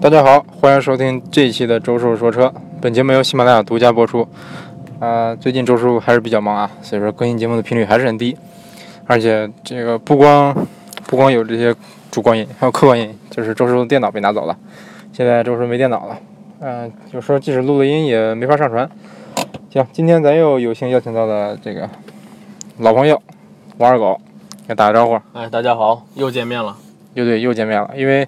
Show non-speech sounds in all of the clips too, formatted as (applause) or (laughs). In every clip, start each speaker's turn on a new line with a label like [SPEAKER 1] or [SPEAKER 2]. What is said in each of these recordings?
[SPEAKER 1] 大家好，欢迎收听这一期的周叔说车。本节目由喜马拉雅独家播出。啊、最近周叔还是比较忙啊，所以说更新节目的频率还是很低。而且这个不光不光有这些主观原因，还有客观原因，就是周叔的电脑被拿走了。现在周叔没电脑了，嗯、有时候即使录了音也没法上传。行，今天咱又有幸邀请到了这个老朋友王二狗，给打个招呼。
[SPEAKER 2] 哎，大家好，又见面了。
[SPEAKER 1] 又对又见面了，因为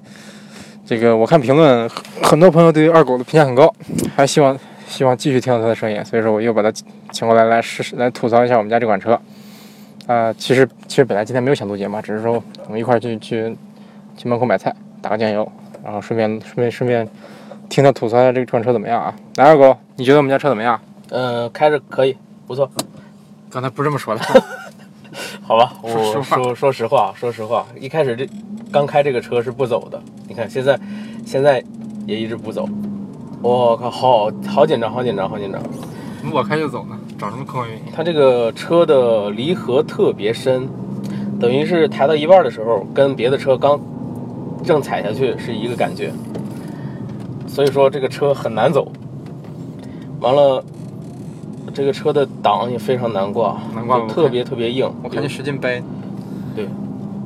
[SPEAKER 1] 这个我看评论，很多朋友对于二狗的评价很高，还希望希望继续听到他的声音，所以说我又把他请过来来试试来吐槽一下我们家这款车。啊、其实其实本来今天没有想录节目，只是说我们一块儿去去去门口买菜，打个酱油，然后顺便顺便顺便听他吐槽一下这款车怎么样啊？来，二狗，你觉得我们家车怎么样？
[SPEAKER 2] 呃，开着可以，不错。
[SPEAKER 1] 刚才不这么说的，
[SPEAKER 2] 好吧，我
[SPEAKER 1] 说实
[SPEAKER 2] 说
[SPEAKER 1] 话
[SPEAKER 2] 说实话，说实话，一开始这刚开这个车是不走的，你看现在现在也一直不走。我、靠，好好紧张，好紧张，好紧张。
[SPEAKER 1] (laughs) 我开就走呢，找什么客观原因？
[SPEAKER 2] 它这个车的离合特别深，等于是抬到一半的时候，跟别的车刚正踩下去是一个感觉。所以说这个车很难走。完了，这个车的档也非常难挂，
[SPEAKER 1] 难挂
[SPEAKER 2] 就
[SPEAKER 1] 我
[SPEAKER 2] 特
[SPEAKER 1] 看
[SPEAKER 2] 别特别硬。
[SPEAKER 1] 我看你使劲掰，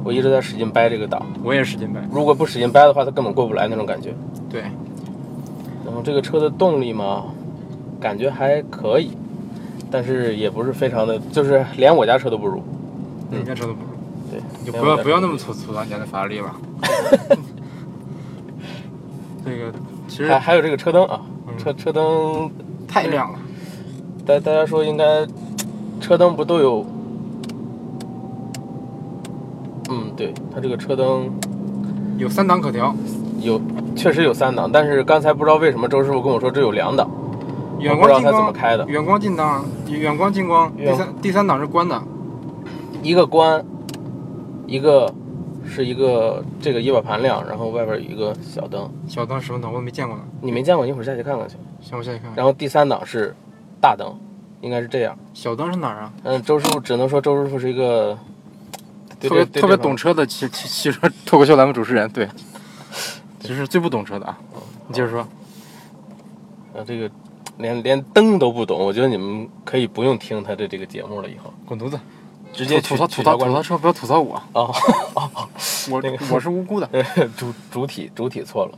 [SPEAKER 2] 我一直在使劲掰这个档，
[SPEAKER 1] 我也使劲掰。
[SPEAKER 2] 如果不使劲掰的话，它根本过不来那种感觉。
[SPEAKER 1] 对，
[SPEAKER 2] 然后这个车的动力嘛，感觉还可以，但是也不是非常的，就是连我家车都不如。
[SPEAKER 1] 你家车都不如。
[SPEAKER 2] 对，
[SPEAKER 1] 就
[SPEAKER 2] 连
[SPEAKER 1] 不
[SPEAKER 2] 我
[SPEAKER 1] 要
[SPEAKER 2] 家
[SPEAKER 1] 不要
[SPEAKER 2] 车
[SPEAKER 1] 那么吐吐槽你家的法拉利了。 (laughs) 这个其实
[SPEAKER 2] 还还有这个车灯啊，
[SPEAKER 1] 嗯
[SPEAKER 2] 车车灯，
[SPEAKER 1] 太亮了，
[SPEAKER 2] 大大家说应该，车灯不都有？嗯，对，它这个车灯
[SPEAKER 1] 有三档可调，
[SPEAKER 2] 有，确实有三档，但是刚才不知道为什么周师傅跟我说只有两档，
[SPEAKER 1] 远
[SPEAKER 2] 我不知
[SPEAKER 1] 光
[SPEAKER 2] 道
[SPEAKER 1] 近
[SPEAKER 2] 它怎么
[SPEAKER 1] 光，
[SPEAKER 2] 开的，
[SPEAKER 1] 远光近档，远光近光，第
[SPEAKER 2] 远
[SPEAKER 1] 三第三档是关的，
[SPEAKER 2] 一个关，一个是一个这个仪表盘亮，然后外边有一个小灯，
[SPEAKER 1] 小灯十分档我没见过呢，
[SPEAKER 2] 你没见过，一会儿下去看看去。
[SPEAKER 1] 行，我下去看看。
[SPEAKER 2] 然后第三档是大灯，应该是这样。
[SPEAKER 1] 小灯是哪儿啊？
[SPEAKER 2] 嗯，周师傅只能说周师傅是一个对
[SPEAKER 1] 特别
[SPEAKER 2] 对对
[SPEAKER 1] 特别
[SPEAKER 2] 这方
[SPEAKER 1] 懂车的汽汽汽车脱口秀栏目主持人，
[SPEAKER 2] (laughs)
[SPEAKER 1] 对，就是最不懂车的啊。
[SPEAKER 2] 哦
[SPEAKER 1] 你接着说，
[SPEAKER 2] 啊，这个连连灯都不懂，我觉得你们可以不用听他的这个节目了，以后
[SPEAKER 1] 滚犊子！
[SPEAKER 2] 直接
[SPEAKER 1] 吐吐
[SPEAKER 2] 取
[SPEAKER 1] 槽吐
[SPEAKER 2] 取消
[SPEAKER 1] 槽
[SPEAKER 2] 关
[SPEAKER 1] 吐槽
[SPEAKER 2] 注
[SPEAKER 1] 车，不要吐槽我，
[SPEAKER 2] 啊！
[SPEAKER 1] 我
[SPEAKER 2] 那个
[SPEAKER 1] 我是无辜的。
[SPEAKER 2] (laughs) 主主体主体错了，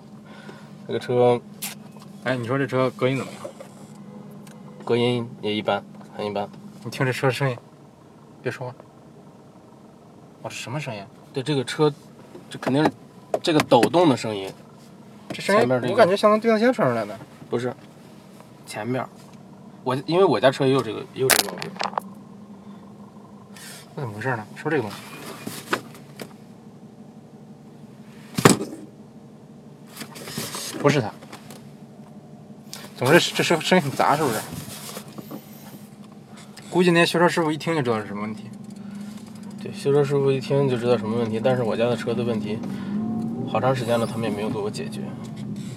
[SPEAKER 2] 这个车
[SPEAKER 1] 哎，你说这车隔音怎么样？
[SPEAKER 2] 隔音也一般，很一般。
[SPEAKER 1] 你听这车的声音，别说话。哦，什么声音？
[SPEAKER 2] 对这个车，这肯定是这个抖动的声音，
[SPEAKER 1] 这声音
[SPEAKER 2] 前面这个
[SPEAKER 1] 我感觉像从对讲机传出来的。
[SPEAKER 2] 不是前面儿。我因为我家车也有这个也有这个毛病，
[SPEAKER 1] 那怎么回事呢？是不是这个东西？不是它。总之这声声音很杂，是不是？估计那些修车师傅一听就知道是什么问题。
[SPEAKER 2] 对修车师傅一听就知道什么问题，但是我家的车的问题，好长时间了，他们也没有给我解决。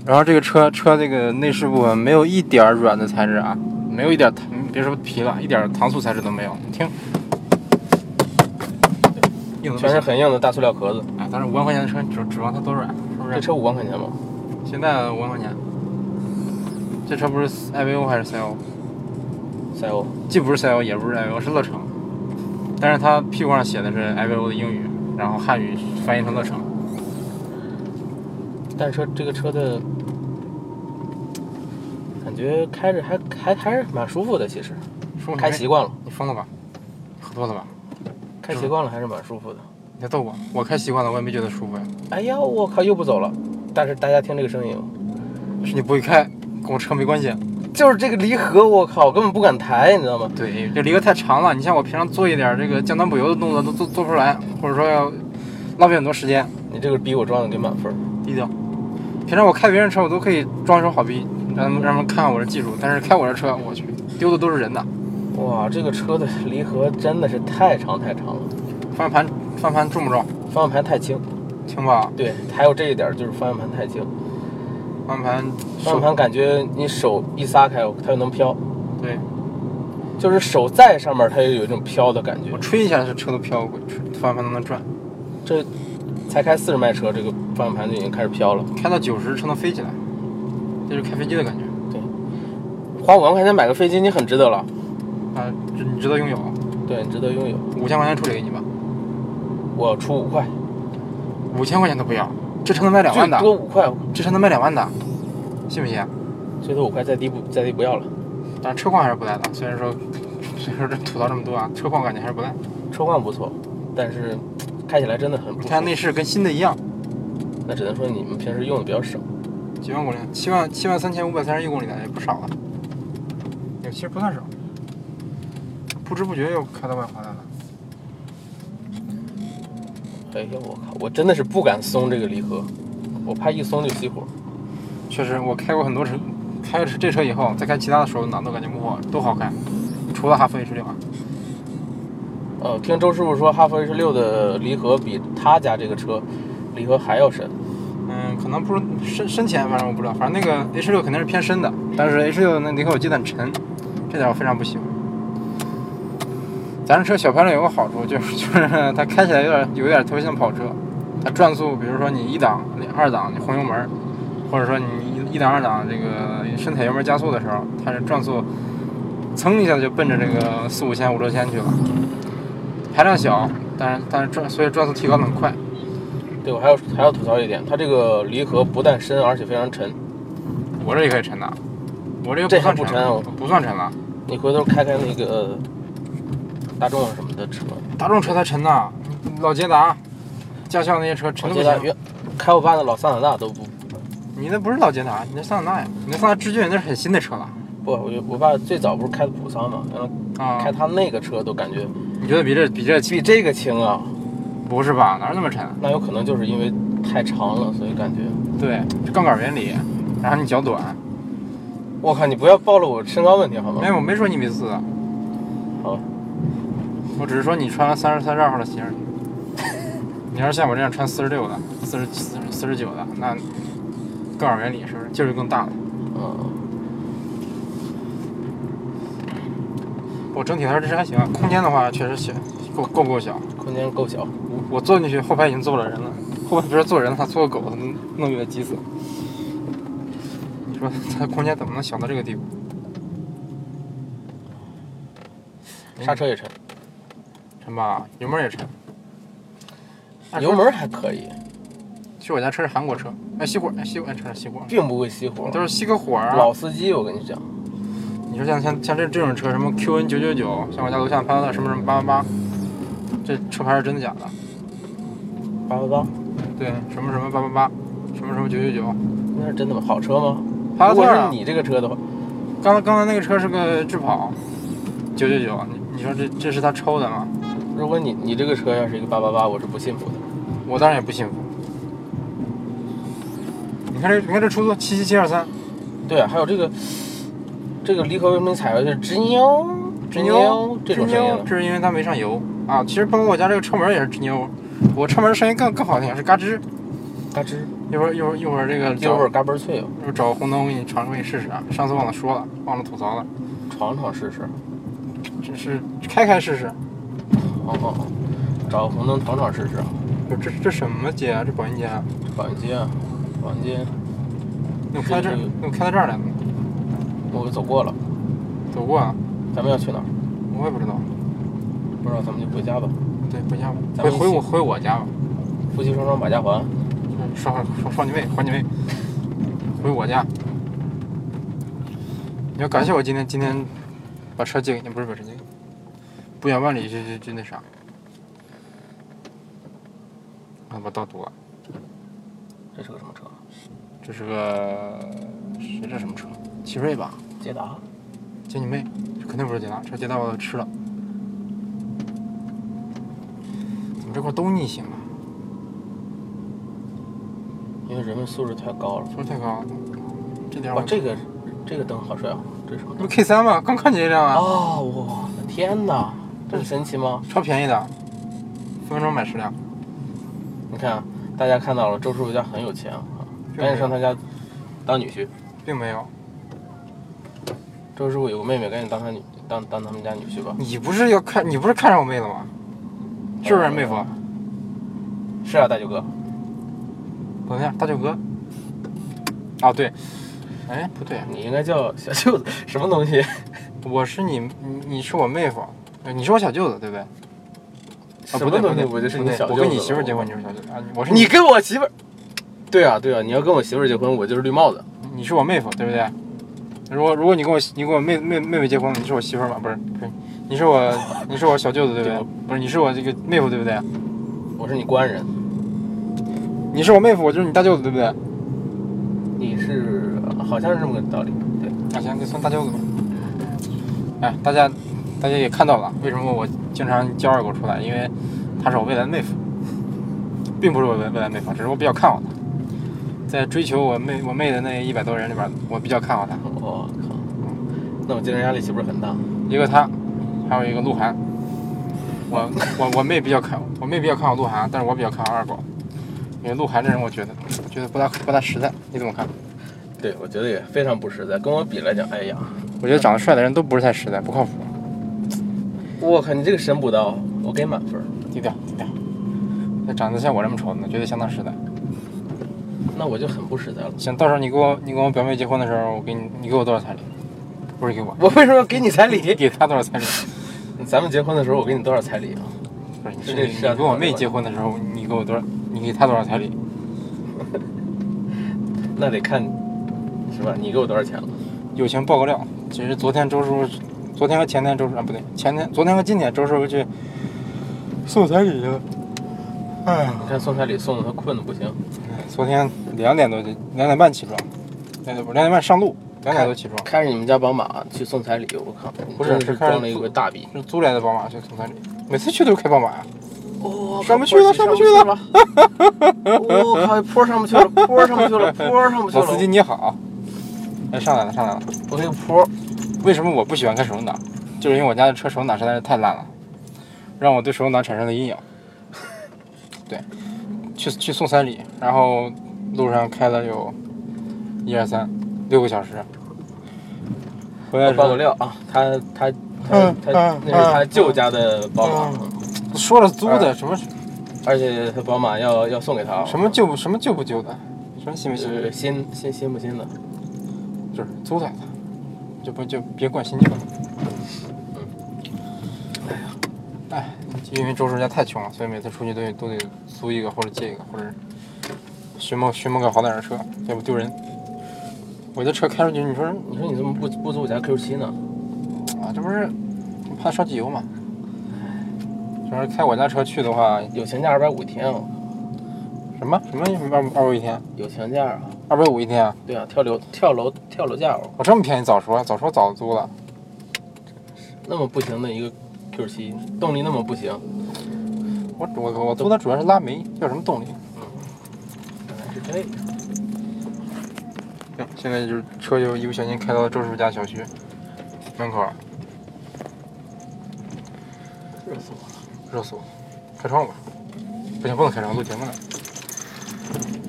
[SPEAKER 1] 然后这个车车这个内饰部分没有一点儿软的材质啊，没有一点儿糖，别说皮了，一点儿糖塑材质都没有。你听，硬得不
[SPEAKER 2] 全是
[SPEAKER 1] 行
[SPEAKER 2] 很硬的大塑料壳子，
[SPEAKER 1] 哎，但是五万块钱的车，你指指望它多软，是不
[SPEAKER 2] 这
[SPEAKER 1] 是？
[SPEAKER 2] 车五万块钱吗？
[SPEAKER 1] 现在五万块钱，这车不是 IVO 还是 CL？
[SPEAKER 2] 三欧。
[SPEAKER 1] 既不是 CL 也不是 IVO，是乐城，但是它屁股上写的是 IVO 的英语，然后汉语翻译成乐城。
[SPEAKER 2] 但是说这个车的感觉开着还还还是蛮舒服的，其实
[SPEAKER 1] 说你
[SPEAKER 2] 开习惯了，
[SPEAKER 1] 你疯了吧？喝多了吧？
[SPEAKER 2] 开习惯了还是蛮舒服的。
[SPEAKER 1] 你在逗我？我开习惯了，我也没觉得舒服呀。
[SPEAKER 2] 哎呀，我靠，又不走了。但是大家听这个声音，
[SPEAKER 1] 是你不会开，跟我车没关系。
[SPEAKER 2] 就是这个离合，我靠，根本不敢抬，你知道吗？
[SPEAKER 1] 对，这离合太长了。你像我平常做一点这个江南补油的动作都做做不出来，或者说要浪费很多时间。
[SPEAKER 2] 你这个逼我装的给满分儿。
[SPEAKER 1] 低调。平常我开别人车，我都可以装一手好逼，让他们让他们看看我的技术。但是开我的车，我去丢的都是人的。
[SPEAKER 2] 哇，这个车的离合真的是太长太长了，
[SPEAKER 1] 方向盘方向盘重不重？
[SPEAKER 2] 方向盘太轻。
[SPEAKER 1] 轻吧？
[SPEAKER 2] 对，还有这一点就是方向盘太轻，
[SPEAKER 1] 方向盘
[SPEAKER 2] 方向
[SPEAKER 1] 手
[SPEAKER 2] 盘感觉你手一撒开，它就能飘，
[SPEAKER 1] 对
[SPEAKER 2] 就是手在上面它也有一种飘的感觉
[SPEAKER 1] 我。吹一下，这车都飘过去，方向盘都能转。
[SPEAKER 2] 这才开四十迈车，这个方向盘就已经开始飘了。
[SPEAKER 1] 开到九十车能飞起来，这是开飞机的感觉
[SPEAKER 2] 花五万块钱买个飞机，你很值得了，
[SPEAKER 1] 啊，这你值得拥有。
[SPEAKER 2] 对，你值得拥有。
[SPEAKER 1] 五千块钱处理给你吧，
[SPEAKER 2] 我出五块，
[SPEAKER 1] 五千块钱都不要，这车能卖两万的
[SPEAKER 2] 最，多五块，
[SPEAKER 1] 这车能卖两万的，信不信？
[SPEAKER 2] 最多五块，再低不再低不要了。
[SPEAKER 1] 但是车况还是不赖的，虽然说，虽然说这吐槽这么多啊，车况感觉还是不赖。
[SPEAKER 2] 车况不错，但是开起来真的很不舒
[SPEAKER 1] 它
[SPEAKER 2] 服。
[SPEAKER 1] 内饰跟新的一样，
[SPEAKER 2] 那只能说你们平时用的比较少。
[SPEAKER 1] 几万公里，七万七万三千五百三十一公里的也不少了，也其实不算少。不知不觉又开到外环来了，
[SPEAKER 2] 哎呦我靠，我真的是不敢松这个离合，我怕一松就熄火。
[SPEAKER 1] 确实，我开过很多车，开了这车以后，再开其他的手动挡都感觉不好，都好开，除了哈弗 H 六啊。
[SPEAKER 2] 呃，听周师傅说，哈弗 H 六的离合比他家这个车离合还要深。
[SPEAKER 1] 嗯，可能不是深深浅，反正我不知道，反正那个 H 六肯定是偏深的，但是 H 六那离合我记得很沉，这点我非常不喜欢。咱这车小排量有个好处，就是就是 (laughs) 它开起来有点有点特别像跑车，它转速，比如说你一档、二档你轰油门，或者说你一一档、二档这个深踩油门加速的时候，它这转速噌一下就奔着这个四五千、五六千去了。排量小，但是但是转所以转速提高的很快。
[SPEAKER 2] 对我还要还要吐槽一点，它这个离合不但深，而且非常沉。
[SPEAKER 1] 我这也可以沉的，我这个
[SPEAKER 2] 这
[SPEAKER 1] 不算
[SPEAKER 2] 还不
[SPEAKER 1] 沉，
[SPEAKER 2] 沉啊我
[SPEAKER 1] 不算沉了。
[SPEAKER 2] 你回头开开那个大众什么的车，
[SPEAKER 1] 大众车才沉呢，老捷达、驾校那些车
[SPEAKER 2] 我
[SPEAKER 1] 沉的
[SPEAKER 2] 觉
[SPEAKER 1] 不
[SPEAKER 2] 得
[SPEAKER 1] 行。
[SPEAKER 2] 原开我爸的老桑塔纳都不
[SPEAKER 1] 你那不是老捷达，你那桑塔纳呀，你那桑塔纳致俊那是很新的车了
[SPEAKER 2] 不，我觉得我爸最早不是开的普桑嘛，然后
[SPEAKER 1] 啊
[SPEAKER 2] 开。他那个车都感觉
[SPEAKER 1] 你觉得比这比这
[SPEAKER 2] 比这个轻啊，
[SPEAKER 1] 不是吧？哪有那么沉？啊
[SPEAKER 2] 那有可能就是因为太长了，所以感觉
[SPEAKER 1] 对，杠杆原理，然后你脚短。
[SPEAKER 2] 我靠，你不要暴露我身高问题好吗
[SPEAKER 1] 没？有，我没说你米四。
[SPEAKER 2] 哦好，
[SPEAKER 1] 我只是说你穿了三十三十二号的鞋儿。 (laughs) 你要是像我这样穿四十六的、四十四十四十九的，那杠杆原理是不是就是更大了？
[SPEAKER 2] 嗯，
[SPEAKER 1] 我整体来说这车还行，啊，空间的话确实小，够够不够小？
[SPEAKER 2] 空间够小，
[SPEAKER 1] 我我坐进去，后排已经坐了人了，后排不是坐人了，他坐个狗，弄弄给他急死。你说它空间怎么能小到这个地步？
[SPEAKER 2] 刹车也沉，
[SPEAKER 1] 沉吧，啊油门也沉。按说
[SPEAKER 2] 油，门还可以，
[SPEAKER 1] 其实我家车是韩国车，哎，熄火，哎，熄火，哎，车上熄火，
[SPEAKER 2] 并不会熄火。
[SPEAKER 1] 都是熄个火啊。
[SPEAKER 2] 哦老司机，我跟你讲，
[SPEAKER 1] 你说像像像这这种车，什么 QN 九九九，像我家楼下潘多拉什么什么八八八，这车牌是真的假的？
[SPEAKER 2] 八八八，
[SPEAKER 1] 对，什么什么八八八，什么什么九九九。
[SPEAKER 2] 那是真的吗？好车吗？
[SPEAKER 1] 帕萨
[SPEAKER 2] 如
[SPEAKER 1] 特
[SPEAKER 2] 果
[SPEAKER 1] 啊
[SPEAKER 2] 是你这个车的话，
[SPEAKER 1] 刚才刚才那个车是个智跑，九九九，你你说这这是他抽的吗？
[SPEAKER 2] 如果你你这个车要是一个八八八，我是不信服的。
[SPEAKER 1] 我当然也不信服。你看这，你看这出租七七七二三，
[SPEAKER 2] 对啊，还有这个这个离合为什么你踩下去吱扭
[SPEAKER 1] 吱
[SPEAKER 2] 扭哎这种声音啊
[SPEAKER 1] 妞，
[SPEAKER 2] 呢？
[SPEAKER 1] 这是因为它没上油啊。其实包括我家这个车门也是吱妞，我车门声音更更好听，是嘎吱。
[SPEAKER 2] 嘎吱，
[SPEAKER 1] 一会儿一会儿一会儿这个
[SPEAKER 2] 地味
[SPEAKER 1] 找
[SPEAKER 2] 儿嘎嘣儿脆哦，
[SPEAKER 1] 我找红灯，我给你尝试，我给你试试啊。上次忘了说了，忘了吐槽了，
[SPEAKER 2] 尝尝试试。
[SPEAKER 1] 这是开开试试。
[SPEAKER 2] 哦哦哦，找红灯尝尝试试啊。
[SPEAKER 1] 不是这这什么街啊？这保安街啊？
[SPEAKER 2] 保安街啊，保安街，
[SPEAKER 1] 你怎么开到这儿？
[SPEAKER 2] 这是
[SPEAKER 1] 你怎么开到这儿来了？
[SPEAKER 2] 我走过了。
[SPEAKER 1] 走过啊？
[SPEAKER 2] 咱们要去哪儿？
[SPEAKER 1] 我也不知道。
[SPEAKER 2] 不知道，咱们就回家吧。
[SPEAKER 1] 对，回家吧，
[SPEAKER 2] 咱
[SPEAKER 1] 回
[SPEAKER 2] 们一起
[SPEAKER 1] 回我回我家吧。
[SPEAKER 2] 夫妻双双把家还。
[SPEAKER 1] 说说说你妹，还你妹，回我家。你要感谢我今天今天把车借给你，不是把车借给你，不远万里就就就那啥，我我倒读了，
[SPEAKER 2] 这是个什么车？
[SPEAKER 1] 这是个谁这什么车？奇瑞吧？
[SPEAKER 2] 捷达。
[SPEAKER 1] 借你妹，这肯定不是捷达，这捷达我都吃了。怎么这块都逆行啊？
[SPEAKER 2] 因为人们素质太高了。
[SPEAKER 1] 说太高了，这点
[SPEAKER 2] 哇，
[SPEAKER 1] 我
[SPEAKER 2] 这个这个灯好帅啊！这是什么
[SPEAKER 1] 哎这不
[SPEAKER 2] 灯？
[SPEAKER 1] K 三吗？刚看见一辆啊，
[SPEAKER 2] 啊，我的天哪，这么神奇吗？
[SPEAKER 1] 超便宜的，分分钟买十辆。
[SPEAKER 2] 你看，啊大家看到了，周师傅家很有钱啊，赶紧上他家当女婿。
[SPEAKER 1] 并没有，
[SPEAKER 2] 周师傅有个妹妹，赶紧当他女当当他们家女婿吧。
[SPEAKER 1] 你不是要看，你不是看上我妹了吗？是不是妹夫？
[SPEAKER 2] 是啊，大舅哥，
[SPEAKER 1] 等一下，大舅哥。啊，对，哎，不对，
[SPEAKER 2] 你应该叫小舅子，什么东西？
[SPEAKER 1] 啊我是你，你你是我妹夫，呃你是我小舅子，对不对？啊，
[SPEAKER 2] 什
[SPEAKER 1] 不
[SPEAKER 2] 么
[SPEAKER 1] 对不
[SPEAKER 2] 东西？
[SPEAKER 1] 对，
[SPEAKER 2] 我就是
[SPEAKER 1] 不
[SPEAKER 2] 你
[SPEAKER 1] 对
[SPEAKER 2] 小舅子。
[SPEAKER 1] 我跟你媳妇儿结婚，你是小舅子啊，你我是
[SPEAKER 2] 你跟我媳妇儿。对啊，对啊，你要跟我媳妇儿结婚，我就是绿帽子。
[SPEAKER 1] 你是我妹夫，对不对？如果如果你跟我你跟我妹妹妹妹结婚，你是我媳妇儿嘛？不是，不是，你是我你是我小舅子对不
[SPEAKER 2] 对
[SPEAKER 1] 对？不是，你是我这个妹夫对不对？
[SPEAKER 2] 我是你官人，
[SPEAKER 1] 你是我妹夫，我就是你大舅子对不对？
[SPEAKER 2] 你是好像是这么个道理。对，
[SPEAKER 1] 那行，就算大舅子吧。哎，大家大家也看到了，为什么我经常叫二狗出来？因为他是我未来的妹夫，并不是我未未来妹夫，只是我比较看好他。在追求我妹我妹的那一百多人里边，我比较看好他。
[SPEAKER 2] 我靠，那我竞争压力岂不是很大？
[SPEAKER 1] 一个他，还有一个鹿晗。我我我妹比较看我妹比较看好鹿晗，但是我比较看好二狗，因为鹿晗这人我觉得我觉得不大不大实在，你怎么看？
[SPEAKER 2] 对，我觉得也非常不实在。跟我比来讲，哎呀，
[SPEAKER 1] 我觉得长得帅的人都不是太实在，不靠谱。
[SPEAKER 2] 我靠，你这个神补刀，我给满分。
[SPEAKER 1] 低调低调。那长得像我这么丑的，绝对相当实在。
[SPEAKER 2] 那我就很不实在了。
[SPEAKER 1] 行，到时候你跟我你跟我表妹结婚的时候，我给你你给我多少彩礼？不是给我， (laughs)
[SPEAKER 2] (laughs) 我为什么要给你彩礼？
[SPEAKER 1] 给她多少彩礼？
[SPEAKER 2] 咱们结婚的时候，我给你多少彩礼啊？
[SPEAKER 1] 不是，你
[SPEAKER 2] 这
[SPEAKER 1] 是
[SPEAKER 2] 个
[SPEAKER 1] 你你
[SPEAKER 2] 是要
[SPEAKER 1] 跟我
[SPEAKER 2] 讨论
[SPEAKER 1] 妹
[SPEAKER 2] 的
[SPEAKER 1] 结婚的时候，你给我多少？你给她多少彩礼？
[SPEAKER 2] 那得看，是吧？你给我多少钱了？
[SPEAKER 1] 友情爆个料，其实昨天周叔，昨天和前天周叔啊不对，前天昨天和今天周叔去送彩礼去了。哎呀，
[SPEAKER 2] 你看送彩礼送的他困的不行，
[SPEAKER 1] 哎昨天两点多就两点半起床，两点不两点半上路，两点多起床，
[SPEAKER 2] 开着你们家宝马去送彩礼，我靠，
[SPEAKER 1] 不是
[SPEAKER 2] 真的
[SPEAKER 1] 是
[SPEAKER 2] 是
[SPEAKER 1] 开着
[SPEAKER 2] 装了一个大逼。
[SPEAKER 1] 是租来的宝马去送彩礼。每次去都是开宝马呀、
[SPEAKER 2] 哦
[SPEAKER 1] 上不去了上不去了。
[SPEAKER 2] 我靠，坡上不去了，坡上不
[SPEAKER 1] (laughs)
[SPEAKER 2] 去了，坡上不去
[SPEAKER 1] 老
[SPEAKER 2] 了。
[SPEAKER 1] 司机你好，哎，上来了，上来了。
[SPEAKER 2] 我那个坡，
[SPEAKER 1] 为什么我不喜欢开手动挡？就是因为我家的车手动挡实在是太烂了，让我对手动挡产生了阴影。对，去去送三里，然后路上开了有一二三六个小时，回来的
[SPEAKER 2] 我
[SPEAKER 1] 时
[SPEAKER 2] 爆个
[SPEAKER 1] 候
[SPEAKER 2] 料啊，他他他
[SPEAKER 1] 嗯
[SPEAKER 2] 他
[SPEAKER 1] 嗯，
[SPEAKER 2] 那是他
[SPEAKER 1] 嗯
[SPEAKER 2] 舅家的宝马，
[SPEAKER 1] 说了租的什么
[SPEAKER 2] 而且他宝马要要送给他。啊
[SPEAKER 1] 什么旧不什么旧不旧的，什么新不新
[SPEAKER 2] 是新新新不新的？
[SPEAKER 1] 就是租来的，就不就别管新旧了。哎呀，哎，因为周叔家太穷了，所以每次出去都得都得租一个或者借一个，或者寻摸寻摸个好点儿的车，要不丢人。我这车开出去，你说
[SPEAKER 2] 你说你怎么不不租我家 Q 七呢？
[SPEAKER 1] 啊，这不是怕烧机油吗？主要是开我家车去的话，
[SPEAKER 2] 友情价二百五一天哦，
[SPEAKER 1] 什么什么二二百五一天，
[SPEAKER 2] 友情价啊，
[SPEAKER 1] 二百五一天啊，
[SPEAKER 2] 对啊，跳楼跳楼跳楼价哦，
[SPEAKER 1] 我这么便宜早说，早说早租了。
[SPEAKER 2] 那么不行的一个 Q 七，动力那么不行，
[SPEAKER 1] 我我我租它主要是拉煤，要什么动力？
[SPEAKER 2] 原来是这样。
[SPEAKER 1] 行，现在就是车就一不小心开到了周叔家小区门口，
[SPEAKER 2] 热死我了！
[SPEAKER 1] 热死我了！开窗户吧，不行，不能开窗，录节目呢。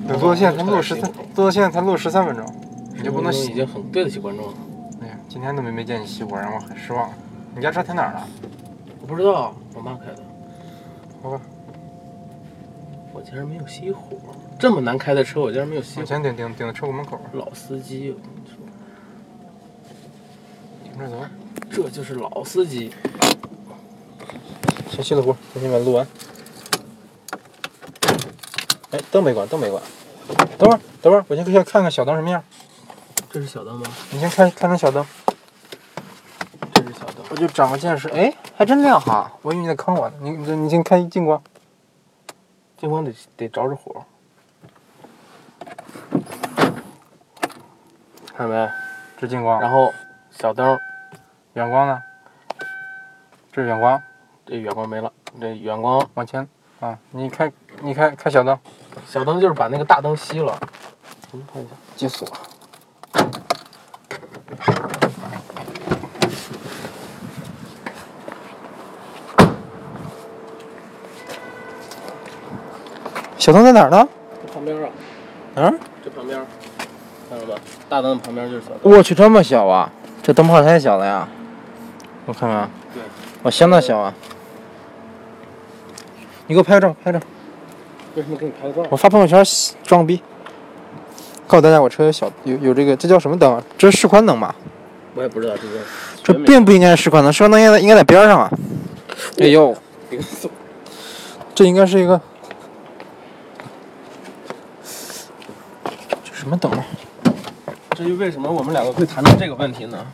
[SPEAKER 1] 等录到现在才录十三，录到现在才录十三分钟，你就不能
[SPEAKER 2] 已
[SPEAKER 1] 洗？
[SPEAKER 2] 经很对得起观众了。
[SPEAKER 1] 哎呀，今天都没没见你熄火，让我很失望。你家车停哪儿了？
[SPEAKER 2] 我不知道，啊我妈开的。
[SPEAKER 1] 好吧，
[SPEAKER 2] 我竟然没有熄火，这么难开的车，我竟然没有熄
[SPEAKER 1] 我
[SPEAKER 2] 火。
[SPEAKER 1] 前顶顶顶到车库门口，
[SPEAKER 2] 老司机，我
[SPEAKER 1] 停这
[SPEAKER 2] 跟你说，
[SPEAKER 1] 走。
[SPEAKER 2] 这就是老司机。
[SPEAKER 1] 先熄了火，重新把它录完。哎，灯没关，灯没关。等会儿，等会儿，我先去看看小灯什么样。
[SPEAKER 2] 这是小灯吗？
[SPEAKER 1] 你先开开成小灯。
[SPEAKER 2] 这是小灯。
[SPEAKER 1] 我就长个见识，哎，还真亮哈！我以为你在坑我呢。你你你先开近光，
[SPEAKER 2] 近光得得着着火，看到没？
[SPEAKER 1] 这近光，
[SPEAKER 2] 然后小灯，
[SPEAKER 1] 远光呢？这是远光，
[SPEAKER 2] 这远光没了。这远光，
[SPEAKER 1] 往前啊！你开你开开小灯，
[SPEAKER 2] 小灯就是把那个大灯熄了。我们看一下，
[SPEAKER 1] 解锁。小灯在哪儿呢？
[SPEAKER 2] 这旁边啊，
[SPEAKER 1] 嗯，
[SPEAKER 2] 这旁边，看到吧？大灯的旁边就是小灯。
[SPEAKER 1] 我去，这么小啊！这灯泡太小了呀！我看看啊，
[SPEAKER 2] 对，
[SPEAKER 1] 我相当小啊！你给我拍个照，拍个照。
[SPEAKER 2] 为什么给你拍照？
[SPEAKER 1] 我发朋友圈装逼，告诉大家我车有小有有这个，这叫什么灯啊？这是示宽灯吧？
[SPEAKER 2] 我也不知道这个。
[SPEAKER 1] 这并不应该是示宽灯，示宽灯应该应该在边上啊。哎呦，
[SPEAKER 2] 别走，
[SPEAKER 1] 这应该是一个，这什么灯啊？
[SPEAKER 2] 这就为什么我们两个会谈到这个问题呢？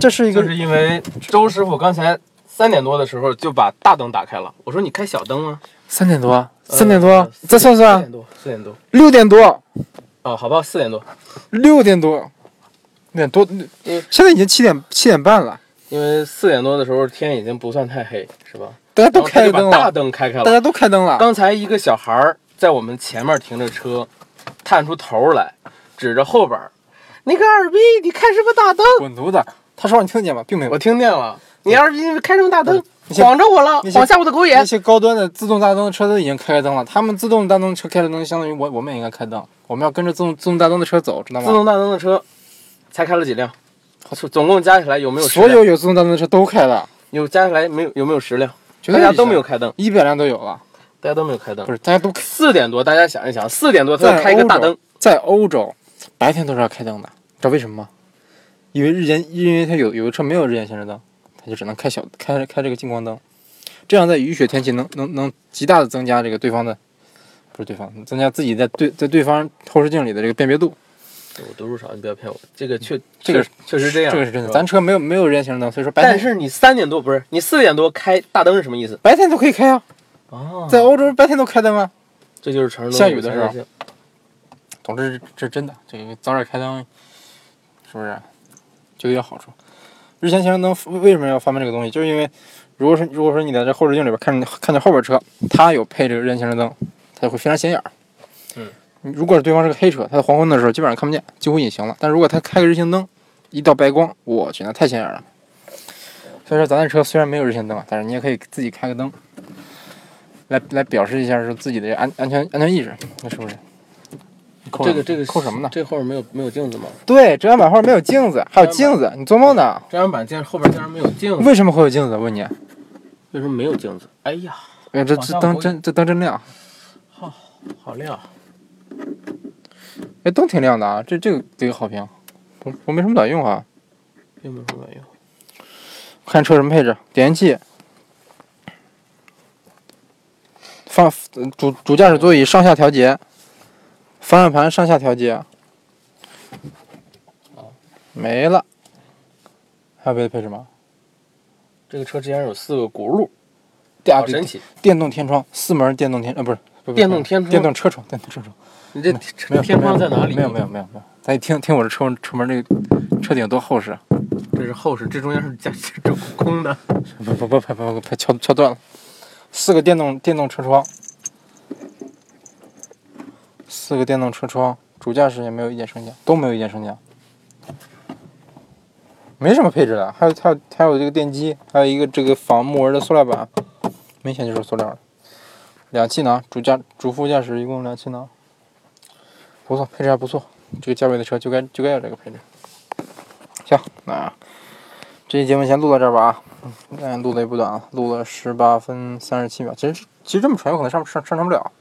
[SPEAKER 1] 这是一
[SPEAKER 2] 就
[SPEAKER 1] 个
[SPEAKER 2] 是因为周师傅刚才三点多的时候就把大灯打开了，我说你开小灯吗？
[SPEAKER 1] 三点多，啊
[SPEAKER 2] 呃
[SPEAKER 1] 三点多，再算
[SPEAKER 2] 四
[SPEAKER 1] 算
[SPEAKER 2] 点，多，四点多。
[SPEAKER 1] 六点多，
[SPEAKER 2] 哦，好吧，四点多，
[SPEAKER 1] 六点多，六点多，
[SPEAKER 2] 嗯
[SPEAKER 1] 现在已经七点七点半了，
[SPEAKER 2] 因为四点多的时候天已经不算太黑，是吧？
[SPEAKER 1] 大家都
[SPEAKER 2] 然后他
[SPEAKER 1] 开
[SPEAKER 2] 就把
[SPEAKER 1] 灯
[SPEAKER 2] 大
[SPEAKER 1] 了，
[SPEAKER 2] 灯开开
[SPEAKER 1] 大
[SPEAKER 2] 了。
[SPEAKER 1] 家都开灯了。
[SPEAKER 2] 刚才一个小孩儿在我们前面停着车，探出头来，指着后边儿，你个二逼，你开什么大灯？
[SPEAKER 1] 滚犊子！他说话你听得见吗？并没有
[SPEAKER 2] 我。听见了，你二逼你开什么大灯？
[SPEAKER 1] 你先
[SPEAKER 2] 晃着我了，
[SPEAKER 1] 你先
[SPEAKER 2] 晃瞎我的狗
[SPEAKER 1] 那
[SPEAKER 2] 眼。
[SPEAKER 1] 些高端的自动大灯的车都已经开灯了，他们自动大灯车开了灯，相当于我我们也应该开灯，我们要跟着自动自动大灯的车走，知道
[SPEAKER 2] 自
[SPEAKER 1] 吗？
[SPEAKER 2] 动大灯的车才开了几辆？总总共加起来有没有十
[SPEAKER 1] 所
[SPEAKER 2] 辆？
[SPEAKER 1] 有有自动大灯的车都开了，
[SPEAKER 2] 有加起来没有？有没有十辆？
[SPEAKER 1] 绝
[SPEAKER 2] 大
[SPEAKER 1] 对
[SPEAKER 2] 家都没有，开灯，
[SPEAKER 1] 一百辆都有了，
[SPEAKER 2] 大家都没有开灯
[SPEAKER 1] 不。是大家都开
[SPEAKER 2] 四点多，大家想一想，四点多他
[SPEAKER 1] 在
[SPEAKER 2] 要开一个大
[SPEAKER 1] 欧洲
[SPEAKER 2] 灯，
[SPEAKER 1] 在欧洲白天都是要开灯的，知道为什么吗？因为日间，因为它有有的车没有日间行车灯，它就只能开小开开这个近光灯，这样在雨雪天气能能能极大的增加这个对方的，不是对方，增加自己在对在对方后视镜里的这个辨别度。
[SPEAKER 2] 我读书少，你不要骗我。这个确
[SPEAKER 1] 这个
[SPEAKER 2] 确确实这样，
[SPEAKER 1] 这个是真的。
[SPEAKER 2] 吧
[SPEAKER 1] 咱车没有没有人行车灯，所以说白
[SPEAKER 2] 但
[SPEAKER 1] 天
[SPEAKER 2] 是你三点多不是你四点多开大灯是什么意思？
[SPEAKER 1] 白天都可以开啊，
[SPEAKER 2] 哦
[SPEAKER 1] 在欧洲白天都开灯啊。
[SPEAKER 2] 嗯这就是成人
[SPEAKER 1] 下雨的时候
[SPEAKER 2] 候，
[SPEAKER 1] 总之这是真的，这个早点开灯，是不是就有好处？日前行车灯为什么要发明这个东西？就是因为如果说如果说你在这后视镜里边看看见后边车，它有配这个日间行车灯，它就会非常显眼儿。
[SPEAKER 2] 嗯，
[SPEAKER 1] 如果是对方是个黑车，它在黄昏的时候基本上看不见，几乎隐形了。但如果它开个日行灯，一道白光，我去，那太显眼了。所以说咱的车虽然没有日行灯，啊但是你也可以自己开个灯，来来表示一下说自己的安安全安全意识，那是不是？扣
[SPEAKER 2] 这个这个
[SPEAKER 1] 扣什么呢？
[SPEAKER 2] 这后面没有没有镜子吗？
[SPEAKER 1] 对，遮阳板后面没有镜子，还有镜子，你做梦呢？
[SPEAKER 2] 遮阳板竟然后边竟然没有镜子，
[SPEAKER 1] 为什么会有镜子？问你，哎
[SPEAKER 2] 为什么没有镜子？哎呀，
[SPEAKER 1] 呀，这
[SPEAKER 2] 往
[SPEAKER 1] 这
[SPEAKER 2] 上
[SPEAKER 1] 灯
[SPEAKER 2] 回
[SPEAKER 1] 真这灯真亮，
[SPEAKER 2] 好亮！
[SPEAKER 1] 哎，灯挺亮的啊，这这个给个好评，我我没什么卵用啊。
[SPEAKER 2] 并没有什么卵用。
[SPEAKER 1] 看车什么配置，点烟器，方主主驾驶座椅上下调节，方向盘上下调节，
[SPEAKER 2] 哦
[SPEAKER 1] 没了，还有别的配置吗？
[SPEAKER 2] 这个车之前有四个轱辘，
[SPEAKER 1] 电啊
[SPEAKER 2] 好神奇！
[SPEAKER 1] 电动天窗，四门电动天呃不是不是
[SPEAKER 2] 电动天窗
[SPEAKER 1] 电动车窗，电动车窗。
[SPEAKER 2] 你这
[SPEAKER 1] 没有
[SPEAKER 2] 天窗在哪里？
[SPEAKER 1] 没有没有没有没有，咱一听听我这车车门那个车顶多厚实啊，
[SPEAKER 2] 有，这是后视，这中间是加这这空的。
[SPEAKER 1] 不不不不不不敲敲断了。四个电动电动车窗，四个电动车窗，主驾驶也没有一键升降，都没有一键升降，没什么配置了，还有还有还有这个电机，还有一个这个仿木纹的塑料板，明显就是塑料的。两气囊，主驾主副驾驶一共两气囊，不错，配置还不错，这个价位的车就该就该有这个配置。行，那这期节目先录到这儿吧啊。嗯，录的也不短啊，录了十八分三十七秒。其实其实这么长，有可能上上上传不了，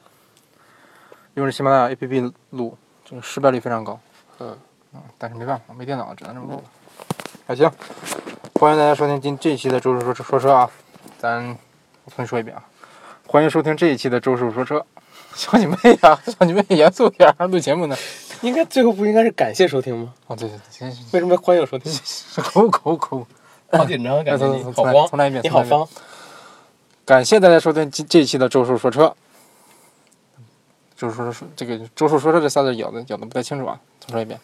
[SPEAKER 1] 用这喜马拉雅 APP 录，这个失败率非常高。
[SPEAKER 2] 嗯
[SPEAKER 1] 嗯，但是没办法，没电脑只能这么录了。那、行，欢迎大家收听今这一期的周叔说车说车啊，咱我重新说一遍啊，欢迎收听这一期的周叔说车。小你妹呀、小你妹，严肃点儿，还录节目呢。
[SPEAKER 2] (laughs) 应该最后不应该是感谢收听吗？
[SPEAKER 1] 哦，对对对，行行
[SPEAKER 2] 为什么欢迎收听？
[SPEAKER 1] 行， (laughs) 口口口。
[SPEAKER 2] (laughs) 好紧张，啊感觉你
[SPEAKER 1] 重
[SPEAKER 2] 好
[SPEAKER 1] 来
[SPEAKER 2] 慌，
[SPEAKER 1] 重来一遍
[SPEAKER 2] 你好
[SPEAKER 1] 重来
[SPEAKER 2] 慌。
[SPEAKER 1] 感谢大家收听今这一期的周叔说车。周叔说说这个周叔说车这仨字咬的咬的不太清楚啊，重说一遍。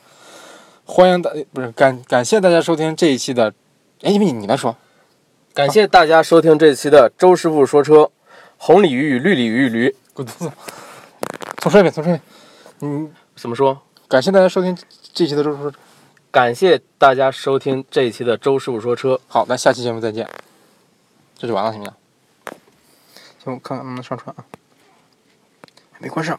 [SPEAKER 1] 欢迎大哎不是感感谢大家收听这一期的，哎，因为你你来说，
[SPEAKER 2] (laughs) 感谢大家收听这期的周师傅说车，红鲤鱼与绿鲤鱼与驴
[SPEAKER 1] 滚犊子！重说一遍，重说一遍。嗯，
[SPEAKER 2] 怎么说？
[SPEAKER 1] 感谢大家收听这一期的周叔说车。
[SPEAKER 2] 感谢大家收听这一期的周师傅说车。
[SPEAKER 1] 好，那下期节目再见。嗯这就完了，行不行？行，我看看能不能上传啊？还没关上。